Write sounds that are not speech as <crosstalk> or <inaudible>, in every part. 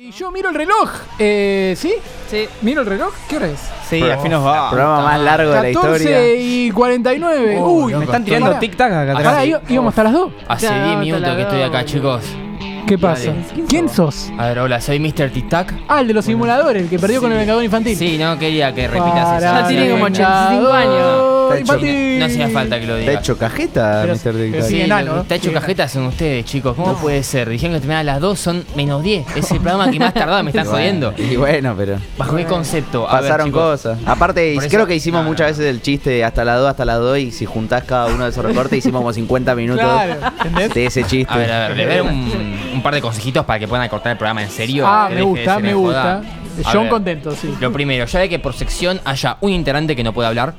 Y yo miro el reloj. Eh, ¿Sí? Sí. ¿Miro el reloj? ¿Qué hora es? Sí, al fin nos va. programa más largo de 14 la historia. y 49. Oh, Uy, loco, me están estoy- tirando tic. tic tac acá Pará, atrás. í- íbamos hasta las 2. Hace Claro, 10 minutos te la que estoy acá, doy. chicos. ¿Qué pasa? Dale. ¿Quién sos? A ver, hola, soy Mr. Tic Tac. Ah, el de los simuladores, el que perdió con el Vengador Infantil. Sí, no quería que repitas eso. Pará, Ya tiene como Vengador 85 años. Está hecho- Infantil. No hacía falta que lo Está diga. hecho cajeta, Pero- Mr. Dick pero Tac. sí. Sí, enano, lo ¿no? que está hecho Sí, cajeta son ustedes, chicos. ¿Cómo puede ser? Dijeron que terminaba a las 2, son <laughs> menos 10. Es el programa que más tardaba, me están Bueno, jodiendo. Y bueno, pero ¿Bajo qué concepto? A ver, pasaron chicos. cosas. Aparte, Por eso- creo que hicimos no, no, muchas no. veces el chiste de hasta las 2, hasta las 2 y si juntás cada uno de esos recortes hicimos como 50 minutos Claro, ¿entendés? de ese chiste. A ver, a ver, le daré un, un par de consejitos para que puedan acortar el programa en serio. Ah, que me deje de gusta, ser me en gusta. joda. A John ver, contento, sí. Lo primero, ya de que por sección haya un integrante que no puede hablar.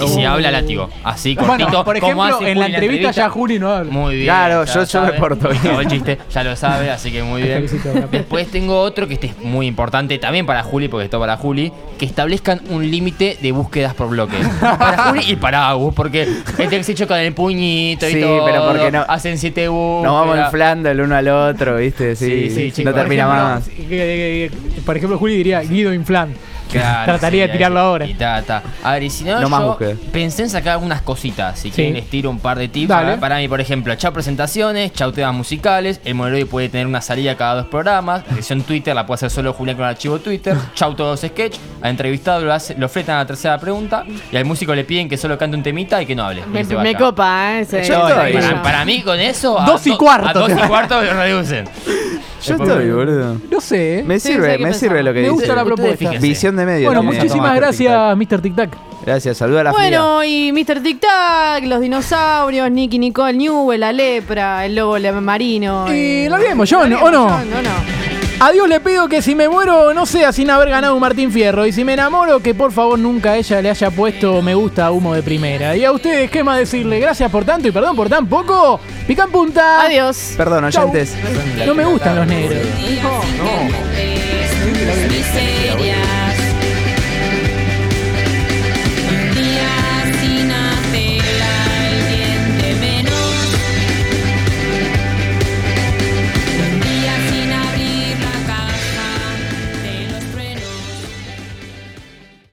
Y si habla, látigo. Así, cortito. Bueno, Uh. por ¿Cómo ejemplo, hace en la Juli entrevista ya Juli no habla. Muy bien. Claro, ya yo- lo yo me sabe, porto bien. acabó el chiste, ya lo sabe, así que muy bien. Felicito, capaz. Después tengo otro que este es muy importante también para Juli, porque esto para Juli, que establezcan un límite de búsquedas <laughs> por bloque. Para Juli y para Agus, porque este que se choca en el puñito y Sí, todo. pero porque no- Hacen siete búsquedas. Nos vamos inflando el uno al otro, ¿viste? Sí, Sí, sí, chicos. no termina Por ejemplo, más. que- que- que- que- Por ejemplo, Juli diría Guido Inflan. Claro, Trataría sí, de tirarlo ahí- ahora. y ta, ta. A ver, y si no, No más yo búsquedas. pensé en sacar algunas cositas. Si quieren, les tiro un par de tips. Dale. Para, para mí, por ejemplo, chao presentaciones, chao temas musicales. El Moneroy puede tener una salida cada dos programas. La sesión Twitter la puede hacer solo Julián con el archivo Twitter. Chao todos sketch. Al entrevistado lo, hace- lo fletan a la tercera pregunta. Y al músico le piden que solo cante un temita y que no hable. y Me, que se me vaya. copa, ¿eh? Ese- Yo ese estoy. tema. Para, para mí, con eso. a Dos y do- cuarto. A dos y cuarto lo reducen. Yo estoy, boludo. No sé. ¿eh? Me Sí, sí, sirve, ¿qué me pensaba? sirve lo que Me dice. gusta la Ustedes propuesta. fíjense. Visión de medio. Bueno, tiene muchísimas Mr. Tic Tac. gracias, Mr. Tic Tac. Gracias, saluda a la fría. Bueno, y Mr. Tic Tac, los dinosaurios, Nicky Nicole Newell, la lepra, el lobo la- marino. Y eh, lo haremos, John, lo ¿o no? John, ¿o no? A Dios le pido que si me muero no sea sin haber ganado un Martín Fierro. Y si me enamoro, que por favor nunca ella le haya puesto me gusta a humo de primera. Y a ustedes, ¿qué más decirle? Gracias por tanto y perdón por tan poco. Pican punta. Adiós. Perdón, Chau. oyentes. No me gustan los negros. Hijo. No.